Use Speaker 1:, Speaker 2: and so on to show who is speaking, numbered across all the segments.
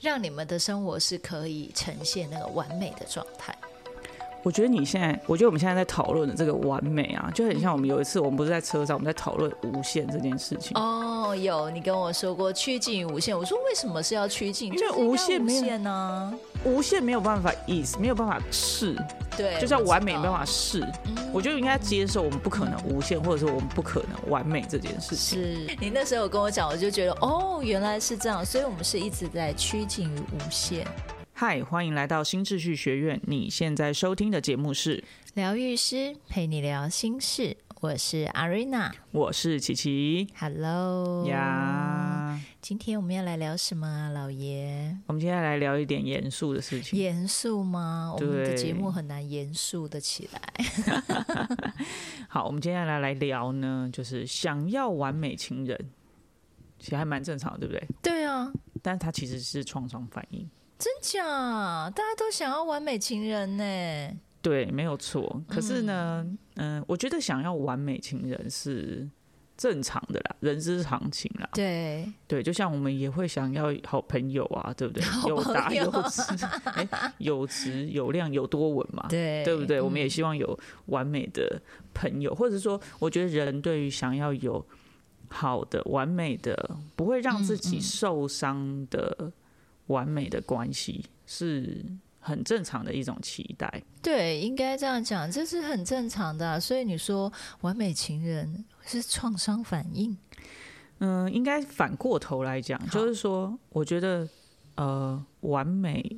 Speaker 1: 让你们的生活是可以呈现那个完美的状态。
Speaker 2: 我觉得你现在，我觉得我们现在在讨论的这个完美啊，就很像我们有一次，我们不是在车上，我们在讨论无限这件事情。
Speaker 1: 哦，有你跟我说过趋近于无限，我说为什么是要趋近？
Speaker 2: 因为
Speaker 1: 就是应该
Speaker 2: 无限
Speaker 1: 无
Speaker 2: 没有
Speaker 1: 限呢、
Speaker 2: 无限没有办法 is，没有办法试，
Speaker 1: 对，
Speaker 2: 就算
Speaker 1: 我
Speaker 2: 完
Speaker 1: 知
Speaker 2: 美没
Speaker 1: 道
Speaker 2: 办法试。
Speaker 1: 嗯
Speaker 2: 我就应该接受我们不可能无限，或者说我们不可能完美这件事情。
Speaker 1: 是你那时候有跟我讲，我就觉得哦，原来是这样，所以我们是一直在趋近于无限。
Speaker 2: 嗨，欢迎来到新秩序学院，你现在收听的节目是，
Speaker 1: 疗愈师陪你聊心事，我是 Arena。
Speaker 2: 我是琪琪
Speaker 1: Hello
Speaker 2: 呀。
Speaker 1: 今天我们要来聊什么啊，老爷？
Speaker 2: 我们今天来聊一点严肃的事情。
Speaker 1: 严肃吗？我们的
Speaker 2: 对
Speaker 1: 节目很难严肃的起来。
Speaker 2: 好，我们接下来来聊呢，就是想要完美情人，其实还蛮正常的，对不对？
Speaker 1: 对啊，
Speaker 2: 但是它其实是创伤反应。
Speaker 1: 真假？大家都想要完美情人呢、
Speaker 2: 对，没有错。可是呢，嗯、我觉得想要完美情人是正常的啦，人之常情啦。
Speaker 1: 对，
Speaker 2: 对，就像我们也会想要好朋友啊，对不对？
Speaker 1: 好
Speaker 2: 有
Speaker 1: 朋
Speaker 2: 达
Speaker 1: 友
Speaker 2: 有质， 哎、有质有量有多稳 嘛，
Speaker 1: 对，嗯
Speaker 2: 对不对？我们也希望有完美的朋友，或者说，我觉得人对于想要有好的、完美的，不会让自己受伤的完美的关系，是很正常的一种期待。
Speaker 1: 对，应该这样讲，这是很正常的啊、所以你说完美情人是创伤反应，
Speaker 2: 嗯，应该反过头来讲，
Speaker 1: 好
Speaker 2: 就是说，我觉得呃，完美。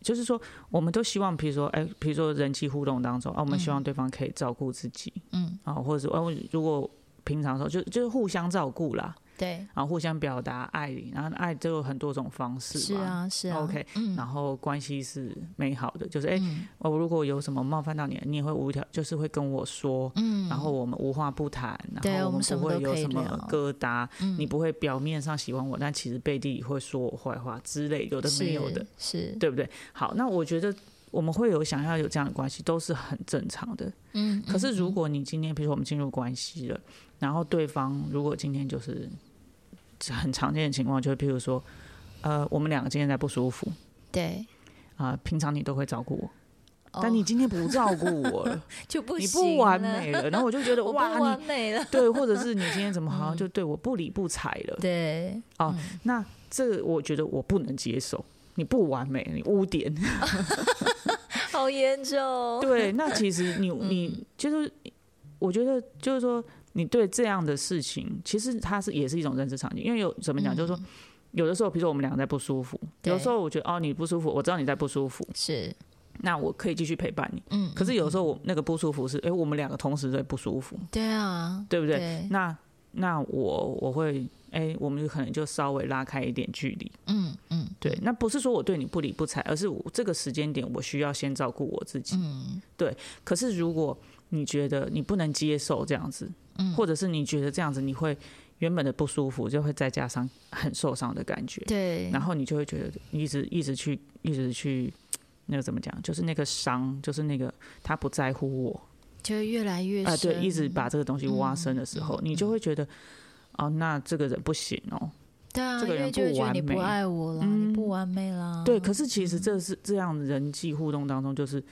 Speaker 2: 就是说，我们都希望，比如说，哎、比如说人际互动当中啊，我们希望对方可以照顾自己，
Speaker 1: 嗯，
Speaker 2: 啊，或者是，啊，如果平常的时候就就是互相照顾啦，
Speaker 1: 对，
Speaker 2: 然后互相表达爱，然后爱都有很多种方式
Speaker 1: 是
Speaker 2: 嘛。
Speaker 1: 啊，是啊
Speaker 2: OK，、
Speaker 1: 嗯
Speaker 2: 然后关系是美好的，就是哎，
Speaker 1: 嗯
Speaker 2: 我、如果有什么冒犯到你，你也会无条，就是会跟我说，
Speaker 1: 嗯，
Speaker 2: 然后我们无话不谈，
Speaker 1: 对
Speaker 2: 然后
Speaker 1: 我们什
Speaker 2: 不
Speaker 1: 么
Speaker 2: 会
Speaker 1: 都
Speaker 2: 有
Speaker 1: 可以
Speaker 2: 什么
Speaker 1: 聊
Speaker 2: 疙瘩，
Speaker 1: 嗯
Speaker 2: 你不会表面上喜欢我，但其实背地里会说我坏话之类，有的没有的，
Speaker 1: 是，是
Speaker 2: 对不对？好，那我觉得我们会有想要有这样的关系，都是很正常的。
Speaker 1: 嗯，
Speaker 2: 可是
Speaker 1: 嗯
Speaker 2: 如果你今天，比如说我们进入关系了，然后对方如果今天就是很常见的情况，就是譬如说，呃，我们两个今天在不舒服
Speaker 1: 对，
Speaker 2: 啊、平常你都会照顾我，但
Speaker 1: 哦
Speaker 2: 你今天不照顾我 了，
Speaker 1: 就不
Speaker 2: 你
Speaker 1: 行
Speaker 2: 不完
Speaker 1: 了
Speaker 2: 美，了，然后我就 觉得
Speaker 1: 我不
Speaker 2: 哇，
Speaker 1: 完嗯
Speaker 2: 你
Speaker 1: 美了，
Speaker 2: 对，或者是你今天怎么好像就对我不理不睬了？
Speaker 1: 对，
Speaker 2: 哦，那这个我觉得我不能接受。你不完美，你污点，
Speaker 1: 好严重，
Speaker 2: 对，那其实 你
Speaker 1: 嗯
Speaker 2: 你就是，我觉得就是说，你对这样的事情，其实它是也是一种认知场景，因为有怎么讲，就是说，有的时候，比如说我们两个在不舒服，
Speaker 1: 嗯对
Speaker 2: 有时候我觉得哦你不舒服，我知道你在不舒服，
Speaker 1: 是，
Speaker 2: 那我可以继续陪伴你。
Speaker 1: 嗯，
Speaker 2: 可是有时候我那个不舒服是，哎、我们两个同时在不舒服，
Speaker 1: 对啊，
Speaker 2: 对不对？
Speaker 1: 对，
Speaker 2: 那那我我会，哎、我们可能就稍微拉开一点距离。
Speaker 1: 嗯嗯
Speaker 2: 对，那不是说我对你不理不睬，而是我这个时间点我需要先照顾我自己。
Speaker 1: 嗯，
Speaker 2: 可是如果你觉得你不能接受这样子，
Speaker 1: 嗯
Speaker 2: 或者是你觉得这样子你会原本的不舒服，就会再加上很受伤的感觉，
Speaker 1: 对，
Speaker 2: 然后你就会觉得一直一直去一直去那个怎么讲，就是那个伤，就是那个他不在乎我
Speaker 1: 就会越来越
Speaker 2: 啊、对，
Speaker 1: 深
Speaker 2: 一直把这个东西挖深的时候，
Speaker 1: 嗯嗯
Speaker 2: 你就会觉得。哦，那这个人不行哦。
Speaker 1: 对啊，
Speaker 2: 这个
Speaker 1: 因为
Speaker 2: 人
Speaker 1: 就会
Speaker 2: 不
Speaker 1: 觉得
Speaker 2: 完
Speaker 1: 你不
Speaker 2: 美嗯
Speaker 1: 爱我了，你不完美啦。
Speaker 2: 对，可是其实这是这样人际互动当中，就是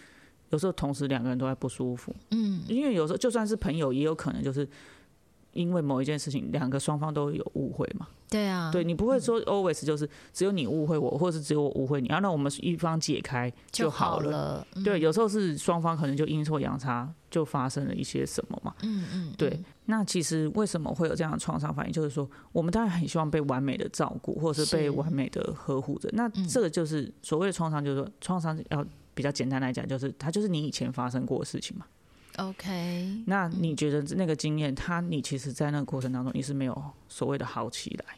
Speaker 2: 有时候同时两个人都在不舒服，
Speaker 1: 嗯，
Speaker 2: 因为有时候就算是朋友，也有可能就是因为某一件事情，两个双方都有误会嘛。
Speaker 1: 对啊，
Speaker 2: 对你不会说 always 就是只有你误会我，或者是只有我误会你，要让我们一方解开
Speaker 1: 就
Speaker 2: 好
Speaker 1: 好。了。嗯
Speaker 2: 对，有时候是双方可能就阴错阳差就发生了一些什么嘛。
Speaker 1: 嗯嗯，
Speaker 2: 对，那其实为什么会有这样的创伤反应？就是说，我们当然很希望被完美的照顾，或者是被
Speaker 1: 是嗯
Speaker 2: 完美的呵护着。那这个就是所谓的创伤，就是说创伤要比较简单来讲，就是它就是你以前发生过的事情嘛。
Speaker 1: 嗯 OK，
Speaker 2: 那你觉得那个经验，他你其实，在那个过程当中，你是没有所谓的好起来，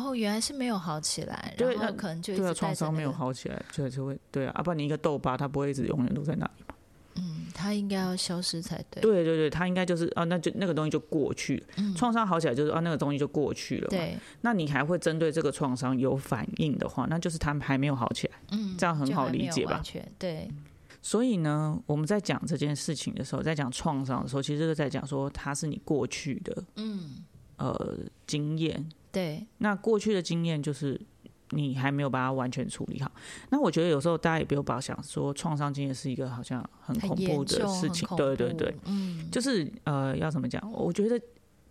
Speaker 1: 哦，原来是没有好起来，
Speaker 2: 对
Speaker 1: 然后
Speaker 2: 那
Speaker 1: 可能就一
Speaker 2: 对啊，
Speaker 1: 直
Speaker 2: 创
Speaker 1: 带着
Speaker 2: 伤没
Speaker 1: 那
Speaker 2: 有
Speaker 1: 个，
Speaker 2: 好起来，就就会对啊，啊，不然你一个痘疤，它不会一直永远都在那里嘛。
Speaker 1: 嗯，他应该要消失才对。嗯
Speaker 2: 对对对，它应该就是啊，那就那个东西就过去了，创伤好起来就是啊，那个东西就过去了。，
Speaker 1: 对，
Speaker 2: 那你还会针对这个创伤有反应的话，那就是他还没有好起来，
Speaker 1: 嗯，
Speaker 2: 这样很
Speaker 1: 就
Speaker 2: 好
Speaker 1: 还没
Speaker 2: 理
Speaker 1: 有
Speaker 2: 解
Speaker 1: 完
Speaker 2: 吧？
Speaker 1: 全对，
Speaker 2: 所以呢，我们在讲这件事情的时候，在讲创伤的时候，其实就是在讲说它是你过去的
Speaker 1: 嗯，
Speaker 2: 呃经验，
Speaker 1: 对，
Speaker 2: 那过去的经验就是你还没有把它完全处理好。那我觉得有时候大家也不要把想说创伤经验是一个好像很恐
Speaker 1: 很
Speaker 2: 怖
Speaker 1: 严
Speaker 2: 的
Speaker 1: 重，
Speaker 2: 事
Speaker 1: 很
Speaker 2: 情，
Speaker 1: 恐
Speaker 2: 对对
Speaker 1: 怖
Speaker 2: 对，，
Speaker 1: 嗯，
Speaker 2: 就是呃要怎么讲？我觉得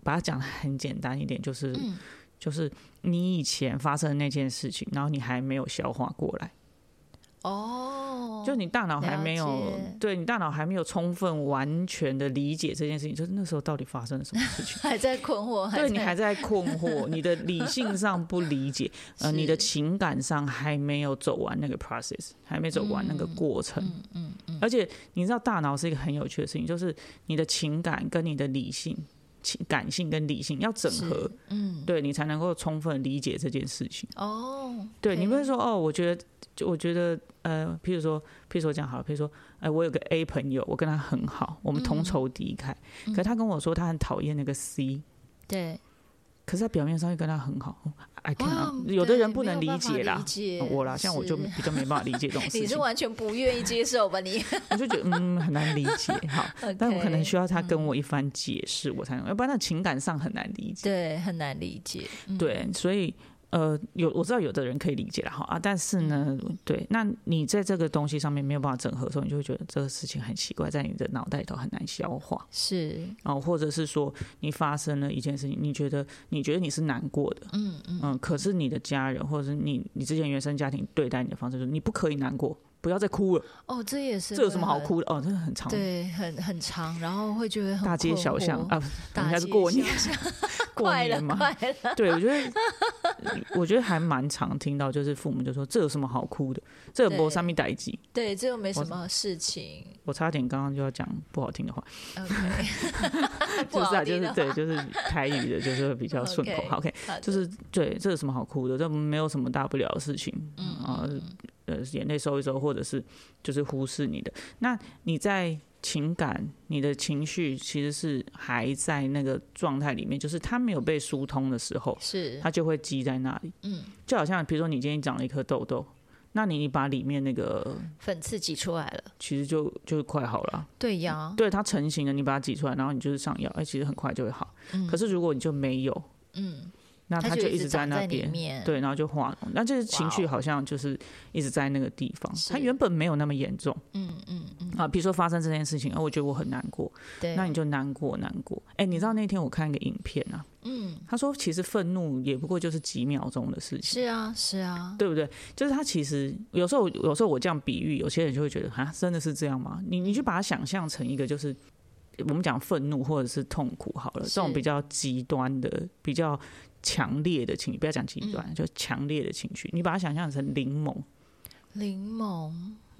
Speaker 2: 把它讲的很简单一点，就是、
Speaker 1: 嗯
Speaker 2: 就是你以前发生的那件事情，然后你还没有消化过来。
Speaker 1: 哦，
Speaker 2: 就你大脑还没有
Speaker 1: 了解，，
Speaker 2: 对你大脑还没有充分完全的理解这件事情，就是那时候到底发生了什么事情
Speaker 1: 还在困 惑，
Speaker 2: 对
Speaker 1: 在
Speaker 2: 你还在困惑，你的理性上不 理解，呃，
Speaker 1: 是
Speaker 2: 你的情感上还没有走完那个 process，还没走完那个过程，
Speaker 1: 嗯嗯嗯，
Speaker 2: 而且你知道，大脑是一个很有趣的事情，就是你的情感跟你的理性、情感性跟理性要整合
Speaker 1: 是，，嗯，
Speaker 2: 对你才能够充分理解这件事情。
Speaker 1: 哦，
Speaker 2: 对，你不
Speaker 1: 会
Speaker 2: 会说哦，我觉得，就我觉得，呃，譬如说，譬如说讲好了，譬如说，哎、我有个 A 朋友，我跟他很好，我们同
Speaker 1: 嗯
Speaker 2: 仇敌忾，可他跟我说他很讨厌那个 C，
Speaker 1: 对，
Speaker 2: 可是他表面上又跟他很好哦，I can，、
Speaker 1: 哇
Speaker 2: 有的
Speaker 1: 对
Speaker 2: 人不
Speaker 1: 没
Speaker 2: 能
Speaker 1: 有
Speaker 2: 理
Speaker 1: 办法
Speaker 2: 解啦
Speaker 1: 理。解
Speaker 2: 哦我啦，像我就是比较没办法理 解这种事
Speaker 1: 你是
Speaker 2: 情，
Speaker 1: 完全不愿意接受吧？ 你，
Speaker 2: 我就觉得嗯很难理解。 好，但我可能需
Speaker 1: 要
Speaker 2: 要他跟我一番解释，我才能，要不然那情感上很难理解。
Speaker 1: 对很难理解，嗯，
Speaker 2: 对，所以呃，有我知道有的人可以理解了哈啊，但是呢，
Speaker 1: 嗯
Speaker 2: 对，那你在这个东西上面没有办法整合的时候，你就会觉得这个事情很奇怪，在你的脑袋里头很难消化
Speaker 1: 是，
Speaker 2: 啊、哦或者是说你发生了一件事情，你觉得你觉得你是难过的，
Speaker 1: 嗯嗯，
Speaker 2: 嗯，可是你的家人或者是你你之前原生家庭对待你的方式就是你不可以难过，不要再哭了，
Speaker 1: 哦，这也是
Speaker 2: 这有什么好
Speaker 1: 会很？
Speaker 2: 哭的？哦，这很常
Speaker 1: 对，很很长，然后会觉得很
Speaker 2: 大街
Speaker 1: 困
Speaker 2: 小巷
Speaker 1: 惑，
Speaker 2: 啊，人
Speaker 1: 大
Speaker 2: 家
Speaker 1: 街
Speaker 2: 是过年
Speaker 1: 小巷
Speaker 2: 过
Speaker 1: 快了
Speaker 2: 年嘛，
Speaker 1: 快了，
Speaker 2: 对，我觉得，我觉得还蛮常听到，就是父母就说：“这有什么好哭的？这有
Speaker 1: 对
Speaker 2: 播三米代记。
Speaker 1: 对，这又没
Speaker 2: 我
Speaker 1: 什么事 情”
Speaker 2: 我差点刚刚就要讲不好听的话，
Speaker 1: ，OK，不
Speaker 2: 就是
Speaker 1: 好
Speaker 2: 啊，就
Speaker 1: 听
Speaker 2: 是
Speaker 1: 的
Speaker 2: 对，
Speaker 1: 话
Speaker 2: 就是台语的，就是会比较顺口。
Speaker 1: OK
Speaker 2: 好 OK，
Speaker 1: 好的
Speaker 2: 就是对，这有什么好哭的？这没有什么大不了的事情
Speaker 1: 嗯
Speaker 2: 啊、呃，眼泪收一收，或者是就是忽视你的。那你在情感、你的情绪其实是还在那个状态里面，就是它没有被疏通的时候，
Speaker 1: 是，
Speaker 2: 它就会积在那里。
Speaker 1: 嗯，
Speaker 2: 就好像比如说你今天长了一颗痘痘，那你把里面那个
Speaker 1: 粉刺挤出来了，
Speaker 2: 其实就就快好了啊，
Speaker 1: 对呀，
Speaker 2: 对它成型了，你把它挤出来，然后你就是上药，哎、其实很快就会好。
Speaker 1: 嗯
Speaker 2: 可是如果你就没有，
Speaker 1: 嗯，
Speaker 2: 那它
Speaker 1: 就
Speaker 2: 啊一直在
Speaker 1: 长
Speaker 2: 那
Speaker 1: 里
Speaker 2: 边。
Speaker 1: 面，
Speaker 2: 对，然后就化脓，那这情绪
Speaker 1: 哇哦
Speaker 2: 好像就是一直在那个地方。它
Speaker 1: 是
Speaker 2: 原本没有那么严重
Speaker 1: 嗯嗯嗯，
Speaker 2: 啊，比如说发生这件事情，啊，我觉得我很难过，
Speaker 1: 对，
Speaker 2: 那你就难过难过。哎、你知道那天我看一个影片啊，
Speaker 1: 嗯，
Speaker 2: 他说其实愤怒也不过就是几秒钟的事情。
Speaker 1: 是啊是啊，
Speaker 2: 对不对？就是他其实有时候，有时候我这样比喻，有些人就会觉得啊，真的是这样吗？你你就把它想象成一个就是我们讲愤怒或者是痛苦好了，这
Speaker 1: 是
Speaker 2: 种比较极端的、比较强烈的情绪，不要讲
Speaker 1: 嗯
Speaker 2: 极端，就强烈的情绪，你把它想象成柠檬，
Speaker 1: 柠檬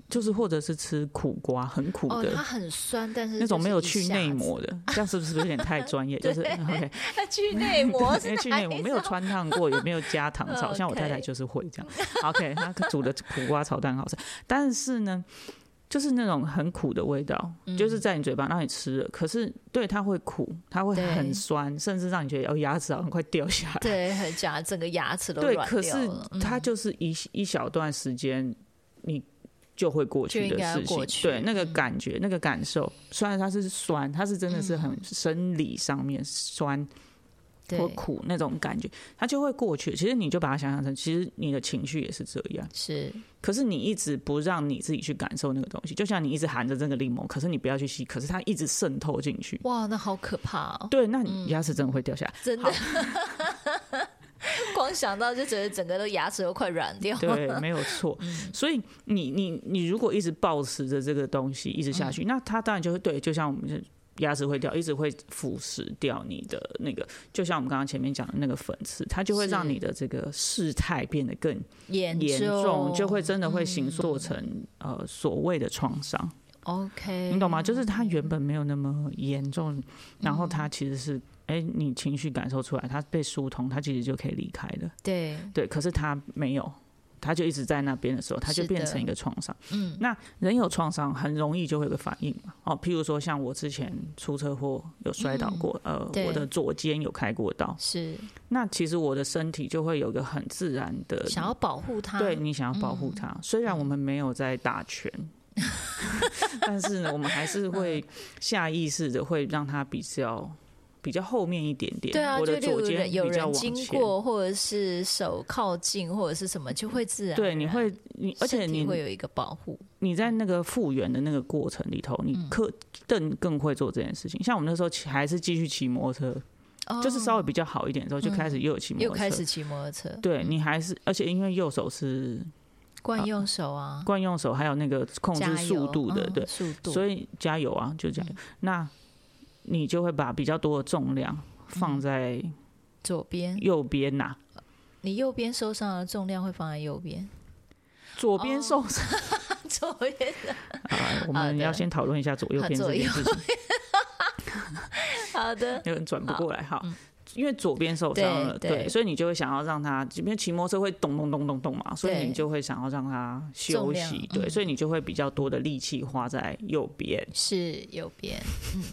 Speaker 2: 就是或者是吃苦瓜，很苦
Speaker 1: 哦，
Speaker 2: 的。
Speaker 1: 它很酸，但是
Speaker 2: 那种
Speaker 1: 就是
Speaker 2: 没
Speaker 1: 一
Speaker 2: 有去
Speaker 1: 下
Speaker 2: 内
Speaker 1: 子，
Speaker 2: 膜的，这样是不是有点太 专业？就是 OK，
Speaker 1: 它 去内 膜
Speaker 2: 因
Speaker 1: 是
Speaker 2: 为去内
Speaker 1: 哪
Speaker 2: 我
Speaker 1: 一
Speaker 2: 没有
Speaker 1: 种
Speaker 2: 穿烫过，也没有 加糖炒，像我太太
Speaker 1: 哦 OK
Speaker 2: 就是会这样。OK，她煮的苦瓜炒蛋很好吃，但是呢，就是那种很苦的味道，
Speaker 1: 嗯
Speaker 2: 就是在你嘴巴让你吃了，可是对它会苦，它会
Speaker 1: 对
Speaker 2: 很酸，甚至让你觉得哦牙齿好像快掉下来。
Speaker 1: 对，很假，整个牙齿都
Speaker 2: 对，
Speaker 1: 软
Speaker 2: 可是
Speaker 1: 掉了嗯
Speaker 2: 它就是一一小段时间，你就会过去
Speaker 1: 就
Speaker 2: 的
Speaker 1: 应该要
Speaker 2: 事情
Speaker 1: 过。去嗯
Speaker 2: 对，那个感觉、那个感受，虽然它是酸，它是真的是
Speaker 1: 嗯
Speaker 2: 很生理上面酸，或
Speaker 1: 对
Speaker 2: 苦那种感觉，它就会过去。其实你就把它想象成，其实你的情绪也是这样，
Speaker 1: 是
Speaker 2: 可是你一直不让你自己去感受那个东西，就像你一直含着这个柠檬，可是你不要去吸，可是它一直渗透进去。
Speaker 1: 哇，那好可怕哦，
Speaker 2: 对，那你牙齿真的会掉下来。
Speaker 1: 真的。 光想到就觉得整个都牙齿都快软掉了。
Speaker 2: 对，没有 错。
Speaker 1: 嗯
Speaker 2: 所以你你你如果一直保持着这个东西一直下
Speaker 1: 嗯
Speaker 2: 去，那它当然就会对，就像我们就牙齿会掉，一直会腐蚀掉你的那个，就像我们刚刚前面讲的那个粉刺，它就会让
Speaker 1: 是
Speaker 2: 你的这个事态变得更
Speaker 1: 严
Speaker 2: 严重，
Speaker 1: 重
Speaker 2: 就会真的会形塑成、呃所谓的创伤，
Speaker 1: OK，
Speaker 2: 你懂吗？就是它原本没有那么严
Speaker 1: 嗯
Speaker 2: 重，然后它其实是。哎、你情绪感受出来，它被疏通，它其实就可以离开了。
Speaker 1: 对，
Speaker 2: 对，可是它没有，它就一直在那边的时候，它就是变
Speaker 1: 的
Speaker 2: 成一个创伤。
Speaker 1: 嗯，
Speaker 2: 那人有创伤，很容易就会有个反应嘛。哦，譬如说像我之前出车祸有摔倒过，呃，
Speaker 1: 嗯对
Speaker 2: 我的左肩有开过刀，
Speaker 1: 是
Speaker 2: 那其实我的身体就会有个很自然的
Speaker 1: 想要保护他，
Speaker 2: 对你想要保
Speaker 1: 嗯
Speaker 2: 护他，虽然我们没有在打 拳，
Speaker 1: 嗯
Speaker 2: 但是呢，我们还是会下意识的会让他比较比较后面一点点，
Speaker 1: 对啊，
Speaker 2: 我
Speaker 1: 就
Speaker 2: 的
Speaker 1: 例如
Speaker 2: 左肩
Speaker 1: 人有
Speaker 2: 比较
Speaker 1: 人
Speaker 2: 往
Speaker 1: 经
Speaker 2: 前。
Speaker 1: 过，或者是手靠近，或者是什么，就会自然
Speaker 2: 对，你
Speaker 1: 而
Speaker 2: 会
Speaker 1: 然
Speaker 2: 你，而且
Speaker 1: 身体
Speaker 2: 你
Speaker 1: 会有一个保护。
Speaker 2: 你在那个复原的那个过程里头，
Speaker 1: 嗯
Speaker 2: 你更更更会做这件事情。像我们那时候骑还是继续骑摩托车，就是稍微比较好一点之后，就开始又有骑摩
Speaker 1: 哦嗯又
Speaker 2: 托
Speaker 1: 开
Speaker 2: 车
Speaker 1: 始。嗯骑摩托车，
Speaker 2: 对你还是，而且因为右手是
Speaker 1: 嗯惯用手啊，
Speaker 2: 惯用手，还有那个控制
Speaker 1: 加
Speaker 2: 速
Speaker 1: 油
Speaker 2: 度的，
Speaker 1: 嗯
Speaker 2: 对，
Speaker 1: 速度，
Speaker 2: 所以加油啊，就这
Speaker 1: 嗯
Speaker 2: 样。那你就会把比较多的重量放在
Speaker 1: 嗯左边，
Speaker 2: 右边呐、
Speaker 1: 你右边受伤的重量会放在右 边，
Speaker 2: 左边受
Speaker 1: 哦
Speaker 2: 伤。
Speaker 1: 左边的
Speaker 2: 啊，
Speaker 1: 好
Speaker 2: 我们
Speaker 1: 的
Speaker 2: 要先讨论一下左右边这件事情，
Speaker 1: 好的，
Speaker 2: 有人转不过来哈。因为左边受伤了，
Speaker 1: 嗯对
Speaker 2: 对，
Speaker 1: 对
Speaker 2: 所以你就会想要让它，因为骑摩托车会咚咚咚咚咚嘛，所以
Speaker 1: 对
Speaker 2: 你就会想要让它休
Speaker 1: 重量
Speaker 2: 息，对，
Speaker 1: 嗯
Speaker 2: 所以你就会比较多的力气花在右边。
Speaker 1: 是右边，嗯，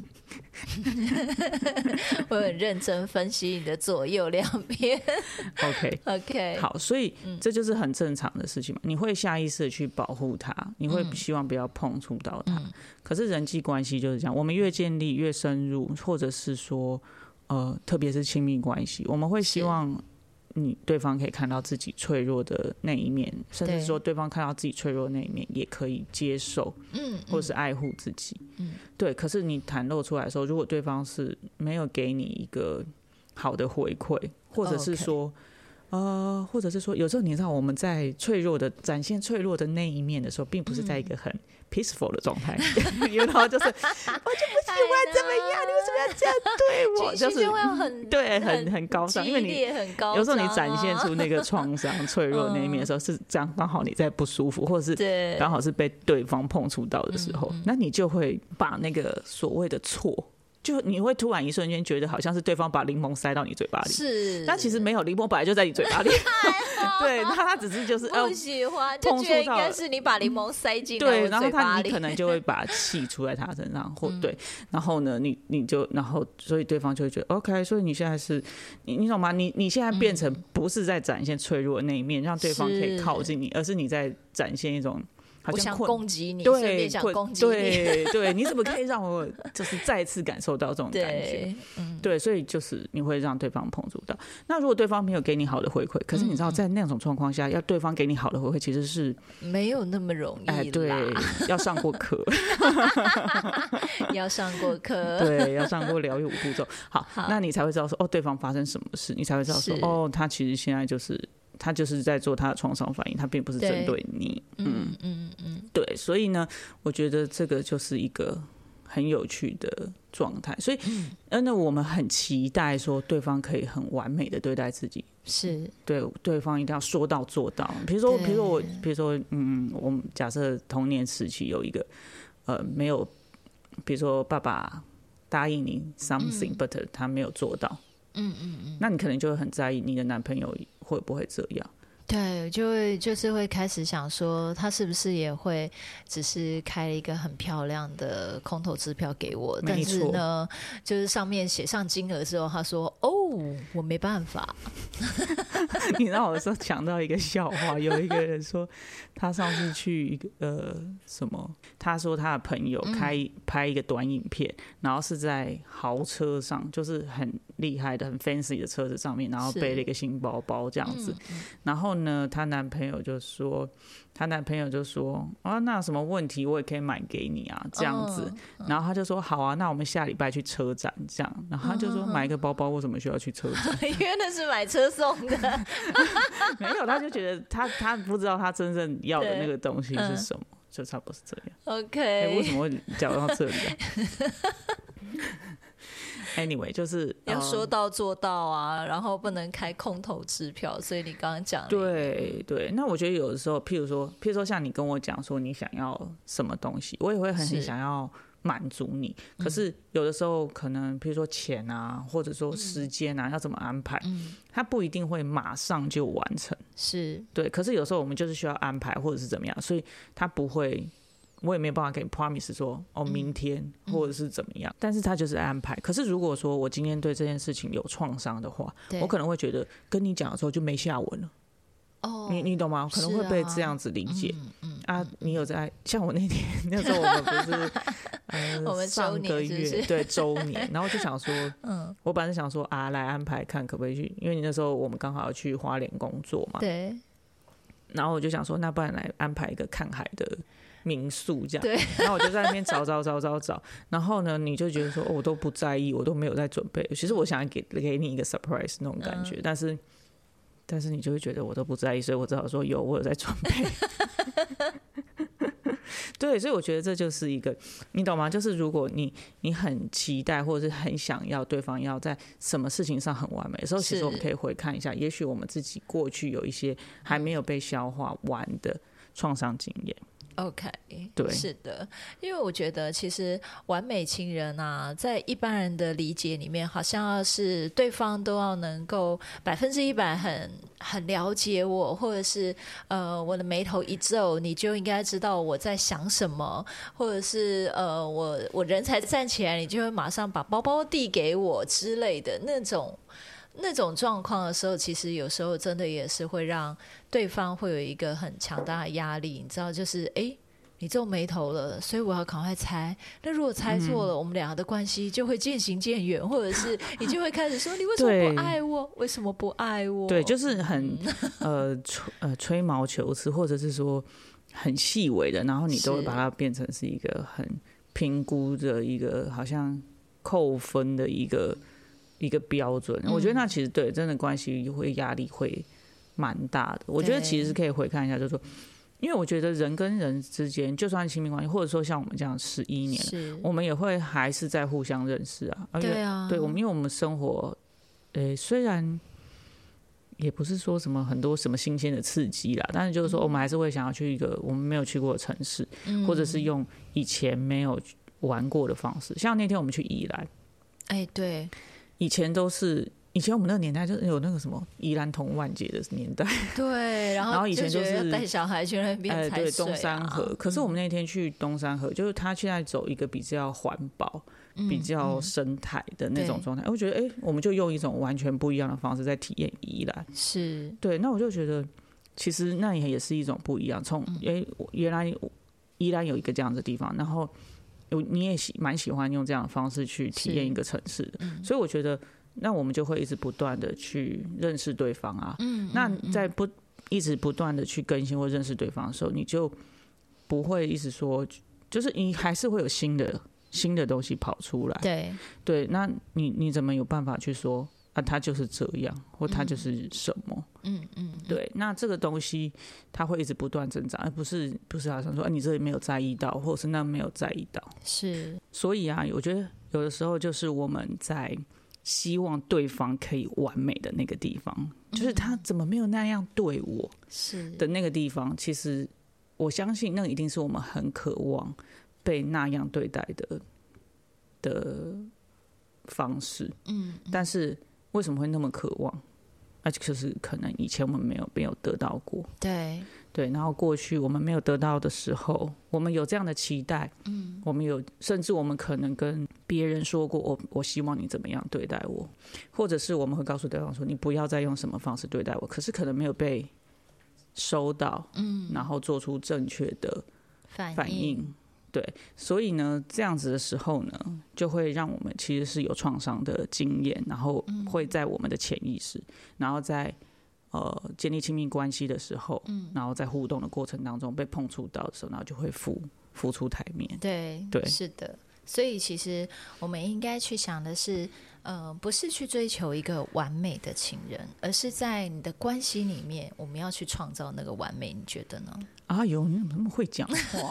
Speaker 1: 我很认真分析你的左右两边
Speaker 2: OK，
Speaker 1: ，OK，，
Speaker 2: 好，所以
Speaker 1: 嗯
Speaker 2: 这就是很正常的事情嘛。你会下意识的去保护它，你会
Speaker 1: 嗯
Speaker 2: 希望不要碰触到它。可是人际关系就是这样，我们越建立越深入，或者是说，呃，特别是亲密关系，我们会希
Speaker 1: 是
Speaker 2: 望你对方可以看到自己脆弱的那一面，甚至
Speaker 1: 对
Speaker 2: 说对方看到自己脆弱的那一面也可以接受，
Speaker 1: 嗯，
Speaker 2: 或
Speaker 1: 嗯
Speaker 2: 是爱护自己。
Speaker 1: 嗯，
Speaker 2: 对。可是你袒露出来的时候，如果对方是没有给你一个好的回馈，或者是
Speaker 1: 哦 OK
Speaker 2: 说呃，或者是说，有时候你知道我们在脆弱的展现脆弱的那一面的时候，并不是在
Speaker 1: 嗯
Speaker 2: 一个很 peaceful 的状态， 然后就是
Speaker 1: 喜欢怎么样？你为什么要这样对
Speaker 2: 我就是
Speaker 1: 会很
Speaker 2: 对很
Speaker 1: 很
Speaker 2: 很高尚，
Speaker 1: 激
Speaker 2: 因为你。
Speaker 1: 烈很高涨啊，嗯
Speaker 2: 有时候你展现出那个创伤、脆弱的那一面 的时候，是这样，刚好你在不舒服，或者是
Speaker 1: 对，嗯
Speaker 2: 刚好是被对方碰触到的时候，那你就会把那个所谓的错，就你会突然一瞬间觉得好像是对方把柠檬塞到你嘴巴里，
Speaker 1: 是，
Speaker 2: 但其实没有，柠檬本来就在你嘴巴里。 对，那他只是就是哦
Speaker 1: 不，啊喜欢，
Speaker 2: 碰
Speaker 1: 就觉得
Speaker 2: 触到
Speaker 1: 应该是你把柠檬塞进来
Speaker 2: 对，
Speaker 1: 我
Speaker 2: 然后
Speaker 1: 嘴
Speaker 2: 他
Speaker 1: 巴
Speaker 2: 你
Speaker 1: 里
Speaker 2: 可能就会把气出在他身上，或
Speaker 1: 嗯
Speaker 2: 对，然后呢，你你就然后所以对方就会觉得 OK，所以你现在是你你懂吗？你你现在变成
Speaker 1: 嗯
Speaker 2: 不是在展现脆弱的那一面，让对方可以
Speaker 1: 是
Speaker 2: 靠近你，而是你在展现一种好
Speaker 1: 我
Speaker 2: 像
Speaker 1: 想
Speaker 2: 困。
Speaker 1: 攻击你，顺
Speaker 2: 对，
Speaker 1: 便想
Speaker 2: 困
Speaker 1: 攻击你，
Speaker 2: 对对，你怎么可以让我就是再次感受到这种感觉？
Speaker 1: 对，嗯，
Speaker 2: 对，所以就是你会让对方碰触到。那如果对方没有给你好的回馈，可是你知
Speaker 1: 嗯
Speaker 2: 道，在那种状况下，要对方给你好的回馈，其实是
Speaker 1: 没有那么容易啦
Speaker 2: 哎，对，要上 过课，
Speaker 1: 要上过课，
Speaker 2: 对，要上过疗愈五步骤。好，
Speaker 1: 好
Speaker 2: 那你才会知道说，哦，对方发生什么事，你才会知道说，
Speaker 1: 是
Speaker 2: 哦，他其实现在就是他就是在做他的创伤反应，他并不是针
Speaker 1: 对
Speaker 2: 对你。嗯，
Speaker 1: 嗯嗯嗯，
Speaker 2: 对，所以呢，我觉得这个就是一个很有趣的状态。所以，呃，那我们很期待说对方可以很完美的对待自己，
Speaker 1: 是
Speaker 2: 对对方一定要说到做到。比如说，
Speaker 1: 对
Speaker 2: 比如说我，比如说，嗯，我们假设童年时期有一个呃没有，比如说爸爸答应你 something，、but 他没有做到，嗯嗯嗯，那你可能就会很在意你的男朋友会不会这样。
Speaker 1: 对，就会就是会开始想说，他是不是也会只是开了一个很漂亮的空头支票给我？
Speaker 2: 没
Speaker 1: 但是
Speaker 2: 错
Speaker 1: 呢，就是上面写上金额之后，他说：“哦，我没办法。
Speaker 2: 你让我说想到一个笑话，有一个人说他上次去一个呃什么，他说他的朋友开、拍一个短影片，然后是在豪车上，就是很厉害的、很 fancy 的车子上面，然后
Speaker 1: 是
Speaker 2: 背了一个新包包这样子。然后呢，她男朋友就说，她男朋友就说啊，那有什么问题我也可以买给你啊，这样子。然后他就说好啊，那我们下礼拜去车展这样。然后他就说买一个包包为什么需要去车 展？
Speaker 1: 因为那是买车送 的，
Speaker 2: 没有，他就觉得他他不知道他真正要的
Speaker 1: 对嗯
Speaker 2: 那个东西是什么，就差不多是这样。哎、为
Speaker 1: OK，、
Speaker 2: 什么会讲到这里、 啊、？Anyway，就是
Speaker 1: 要说
Speaker 2: 呃
Speaker 1: 到做到啊，然后不能开空头支票，所以你刚刚讲了
Speaker 2: 对对，那我觉得有的时候，譬如说，譬如说像你跟我讲说你想要什么东西，我也会很很
Speaker 1: 是嗯
Speaker 2: 想要满足你。可是有的时候可能，譬如说钱啊，或者说
Speaker 1: 嗯
Speaker 2: 时间啊，要怎么安排，它不一定会马上就完成。
Speaker 1: 是
Speaker 2: 对，可是有时候我们就是需要安排或者是怎么样，所以他不会，我也没有办法给你 promise 说
Speaker 1: 嗯
Speaker 2: 哦明天或者是怎么样，但是他就是安排。可是如果说我今天对这件事情有创伤的话，
Speaker 1: 对
Speaker 2: 我可能会觉得跟你讲的时候就没下文了，
Speaker 1: 哦，
Speaker 2: 你你懂吗？我可能
Speaker 1: 是
Speaker 2: 会被
Speaker 1: 啊嗯
Speaker 2: 这样子理解。啊，你有在像我那天 那时候我们不是，嗯、
Speaker 1: 我们周
Speaker 2: 上
Speaker 1: 年
Speaker 2: 个
Speaker 1: 是不
Speaker 2: 月
Speaker 1: 是
Speaker 2: 对周年，然后就 想说，嗯，我本来是想说啊，来安排看可不可以去，因为你那时候我们刚好要去花莲工作嘛，
Speaker 1: 对，
Speaker 2: 然后我就想说，那不然来安排一个看海的民宿这样。
Speaker 1: 对。
Speaker 2: 然后我就在那边找找找找找，然后呢，你就觉得说、哦我都不在意，我都没有在准备。其实我想给给你一个 surprise 那种感
Speaker 1: 嗯
Speaker 2: 觉，但是但是你就会觉得我都不在意，所以我只好说有，我有在准 备。对，所以我觉得这就是一个，你懂吗？就是如果你你很期待或者是很想要对方要在什么事情上很完美的时候，其实
Speaker 1: 是
Speaker 2: 我们可以回看一下，也许我们自己过去有一些还没有被消化完的创伤经验。
Speaker 1: OK，
Speaker 2: 对
Speaker 1: 是的，因为我觉得其实完美情人啊，在一般人的理解里面，好像要是对方都要能够百分之一百很很了解我，或者是呃我的眉头一皱，你就应该知道我在想什么，或者是呃我我人才站起来，你就会马上把包包递给我之类的那种。那种状况的时候，其实有时候真的也是会让对方会有一个很强大的压力，你知道，就是诶，你皱眉头了，所以我要赶快猜。那如果猜错
Speaker 2: 嗯
Speaker 1: 了，我们两个的关系就会渐行渐远，或者是你就会开始说你为什么
Speaker 2: 对
Speaker 1: 不爱我？为什么不爱我？
Speaker 2: 对，
Speaker 1: 嗯
Speaker 2: 就是很呃吹呃吹毛求疵，或者是说很细微的，然后你都会
Speaker 1: 是
Speaker 2: 把它变成是一个很评估的一个好像扣分的一个一个标准。
Speaker 1: 嗯
Speaker 2: 我觉得那其实对真的关系会压力会蛮大的。我觉得
Speaker 1: 对
Speaker 2: 其实可以回看一下，就是说。因为我觉得人跟人之间，就算亲密关系，或者说像我们这样十一年了，
Speaker 1: 是，
Speaker 2: 我们也会还是在互相认识啊。而且
Speaker 1: 对啊，
Speaker 2: 对，我们因为我们生活，呃、虽然也不是说什么很多什么新鲜的刺激啦，但是就是说，我们还是会想要去一个我们没有去过的城市，
Speaker 1: 嗯
Speaker 2: 或者是用以前没有玩过的方式。像那天我们去宜兰，
Speaker 1: 哎，对，
Speaker 2: 以前都是。以前我们那个年代就是有那个什么宜兰同万节的年代，
Speaker 1: 对，然后
Speaker 2: 然后以前
Speaker 1: 就觉得
Speaker 2: 就是
Speaker 1: 要带小孩去那边
Speaker 2: 哎，
Speaker 1: 踩水、
Speaker 2: 对，
Speaker 1: 啊嗯
Speaker 2: 东山河。可是我们那天去东山河，就是他现在走一个比较环保、
Speaker 1: 嗯
Speaker 2: 比较生态的那种
Speaker 1: 对
Speaker 2: 状态，我觉得哎、我们就用一种完全不一样的方式在体验宜兰。
Speaker 1: 是
Speaker 2: 对，那我就觉得其实那也也是一种不一样。从诶、我原来我依然有一个这样的地方，然后有你也喜蛮喜欢用这样的方式去体验
Speaker 1: 是
Speaker 2: 一个城市的，所以我觉得那我们就会一直不断的去认识对方啊。嗯，那在不一直不断的去更新或认识对方的时候，你就不会一直说，就是你还是会有新的新的东西跑出来。
Speaker 1: 对，
Speaker 2: 对，那你你怎么有办法去说啊？他就是这样，或他就是什么？
Speaker 1: 嗯嗯，
Speaker 2: 对，那这个东西它会一直不断增长，而不是不是好像说，哎、你这里没有在意到，或者是那没有在意到。
Speaker 1: 是
Speaker 2: 所以啊，我觉得有的时候就是我们在希望对方可以完美的那个地方，就是他怎么没有那样对我
Speaker 1: 是
Speaker 2: 的那个地方，其实我相信那一定是我们很渴望被那样对待的的方式。
Speaker 1: 嗯，
Speaker 2: 但是为什么会那么渴望？那就是可能以前我们没有没有得到过。
Speaker 1: 对，
Speaker 2: 对，然后过去我们没有得到的时候，我们有这样的期待，嗯，我们有，甚至我们可能跟别人说过，我我希望你怎么样对待我，或者是我们会告诉对方说，你不要再用什么方式对待我，可是可能没有被收到，嗯，然后做出正确的
Speaker 1: 反
Speaker 2: 反应，对，所以呢，这样子的时候呢，就会让我们其实是有创伤的经验，然后会在我们的潜意识，然后在呃建立亲密关系的时候，然后在互动的过程当中被碰触到的时候，然后就会浮浮出台面。
Speaker 1: 对，
Speaker 2: 对
Speaker 1: 是的。所以其实我们应该去想的是，呃，不是去追求一个完美的情人，而是在你的关系里面，我们要去创造那个完美。你觉得呢？
Speaker 2: 啊哟，你怎么那么会讲话？啊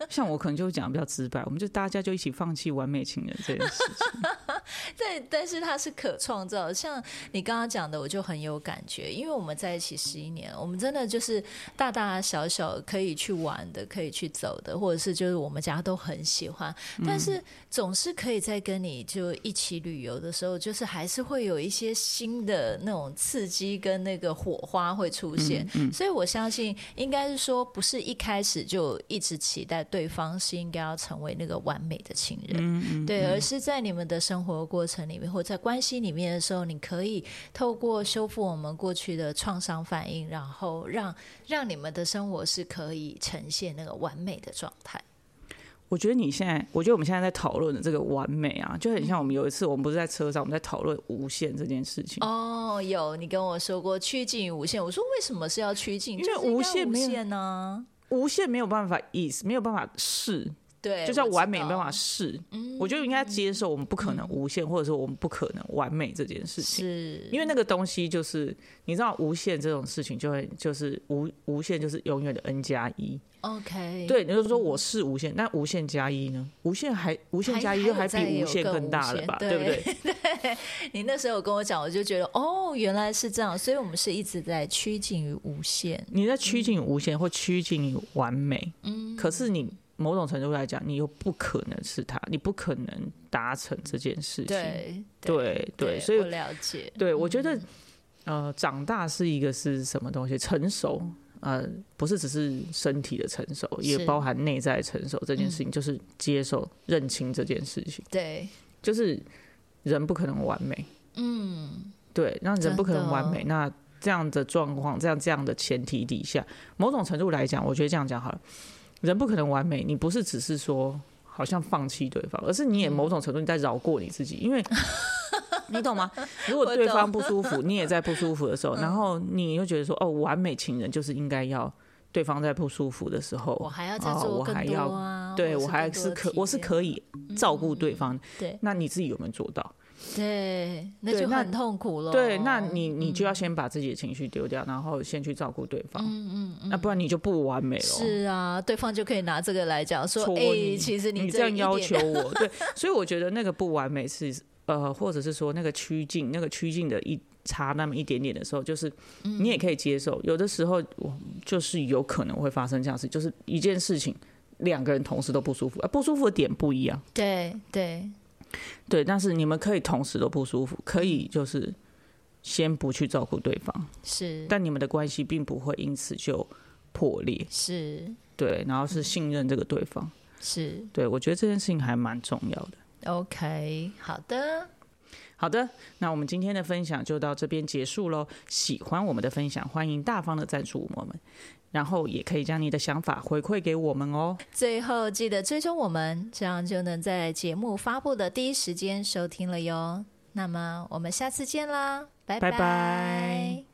Speaker 2: 像我可能就讲得比较直白，我们就大家就一起放弃完美情人这件事情。
Speaker 1: 但但是它是可创造的，像你刚刚讲的，我就很有感觉，因为我们在一起十一年，我们真的就是大大小小可以去玩的，可以去走的，或者是就是我们家都很喜欢，但是总是可以在跟你就一起旅游的时候，就是还是会有一些新的那种刺激跟那个火花会出现，所以我相信应该是说，不是一开始就一直期待
Speaker 2: 嗯
Speaker 1: 对方是应该要成为那个完美的情人，对，而是在你们的生活过程。程里面，或在关系里面的时候，你可以透过修复我们过去的创伤反应，然后让让你们的生活是可以呈现那个完美的状态。
Speaker 2: 我觉得你现在，我觉得我们现在在讨论的这个完美啊，就很像我们有一次，我们不是在车上，我们在讨论无限这件事情。
Speaker 1: 哦，有你跟我说过趋近于无限，我说为什么是要趋近？
Speaker 2: 因为
Speaker 1: 就是应该
Speaker 2: 无限
Speaker 1: 无
Speaker 2: 没有
Speaker 1: 限呢、
Speaker 2: 无限没有办法 is，没有办法试，
Speaker 1: 对，
Speaker 2: 就叫
Speaker 1: 哎我知
Speaker 2: 完美没
Speaker 1: 道嗯
Speaker 2: 办法试。我觉得应该接受我们不可能无限，或者说我们不可能完美这件事情。
Speaker 1: 是
Speaker 2: 因为那个东西就是，你知道无限这种事情就会就是无无限就是永远的 n 加一，
Speaker 1: OK，
Speaker 2: 对，你就说我是无限，但无限加一呢？无限还无限
Speaker 1: 还
Speaker 2: 加一
Speaker 1: 还
Speaker 2: 就
Speaker 1: 有
Speaker 2: 还
Speaker 1: 再
Speaker 2: 比无
Speaker 1: 有
Speaker 2: 限
Speaker 1: 更
Speaker 2: 更
Speaker 1: 无
Speaker 2: 大了
Speaker 1: 限
Speaker 2: 吧？
Speaker 1: 对
Speaker 2: 对不对？
Speaker 1: 你那时候有跟我讲，我就觉得哦，原来是这样，所以我们是一直在趋近于无限。
Speaker 2: 你在趋近于无限或趋近于完美，
Speaker 1: 嗯，
Speaker 2: 可是你某种程度来讲，你又不可能是他，你不可能达成这件事情。
Speaker 1: 对
Speaker 2: 对对，所以
Speaker 1: 我嗯了解。
Speaker 2: 对我觉得，呃，长大是一个是什么东西？成熟，呃，不是只是身体的成熟，也
Speaker 1: 是嗯
Speaker 2: 包含内在成熟这件事情，就是接受、认清这件事情，
Speaker 1: 对，
Speaker 2: 就是人不可能完美。
Speaker 1: 嗯，
Speaker 2: 对，那人不可能完美。
Speaker 1: 真
Speaker 2: 那这样的状况，这样这样的前提底下，某种程度来讲，我觉得这样讲好了，人不可能完美。你不是只是说好像放弃对方，而是你也某种程度你在饶过你自己， 因为你懂吗？如果
Speaker 1: 我
Speaker 2: 对
Speaker 1: 懂嗯
Speaker 2: 方不舒服，你也在不舒服的时候，然后你又觉得说，哦，完美情人就是应该要对方在不舒服的时候，
Speaker 1: 我还要再
Speaker 2: 哦
Speaker 1: 做
Speaker 2: 我
Speaker 1: 更
Speaker 2: 还
Speaker 1: 多
Speaker 2: 要
Speaker 1: 啊，
Speaker 2: 对
Speaker 1: 或
Speaker 2: 我
Speaker 1: 者
Speaker 2: 还
Speaker 1: 更多
Speaker 2: 是
Speaker 1: 的
Speaker 2: 可
Speaker 1: 体
Speaker 2: 我是
Speaker 1: 验嗯
Speaker 2: 可以照顾对方的。
Speaker 1: 对
Speaker 2: 那你自己有没有做到？
Speaker 1: 对，那
Speaker 2: 对
Speaker 1: 就
Speaker 2: 那
Speaker 1: 很痛苦了。
Speaker 2: 对，那你你
Speaker 1: 嗯
Speaker 2: 就要先把自己的情绪丢掉，然后先去照顾对方。嗯嗯，那不然你就不完美了。
Speaker 1: 是啊，对方就可以拿这个来讲说
Speaker 2: 戳，
Speaker 1: 哎，
Speaker 2: 你，
Speaker 1: 其实
Speaker 2: 你
Speaker 1: 这
Speaker 2: 这样
Speaker 1: 一
Speaker 2: 要
Speaker 1: 点
Speaker 2: 求我，对，所以我觉得那个不完美是呃，或者是说那个趋近，那个趋近的一差那么一点点的时候，就是
Speaker 1: 嗯
Speaker 2: 你也可以接受。有的时候我就是有可能会发生这样的事，就是一件事情。两个人同时都不舒服，啊，不舒服的点不一样，
Speaker 1: 对对
Speaker 2: 对，但是你们可以同时都不舒服，可以就是先不去照顾对方，
Speaker 1: 是
Speaker 2: 但你们的关系并不会因此就破裂，
Speaker 1: 是
Speaker 2: 对，然后是信任这个对方，
Speaker 1: 是
Speaker 2: 对我觉得这件事情还蛮重要的。
Speaker 1: OK，好的，
Speaker 2: 好的，那我们今天的分享就到这边结束喽。喜欢我们的分享，欢迎大方的赞助我们，然后也可以将你的想法回馈给我们哦。
Speaker 1: 最后记得追踪我们，这样就能在节目发布的第一时间收听了哟。那么我们下次见啦，拜
Speaker 2: 拜拜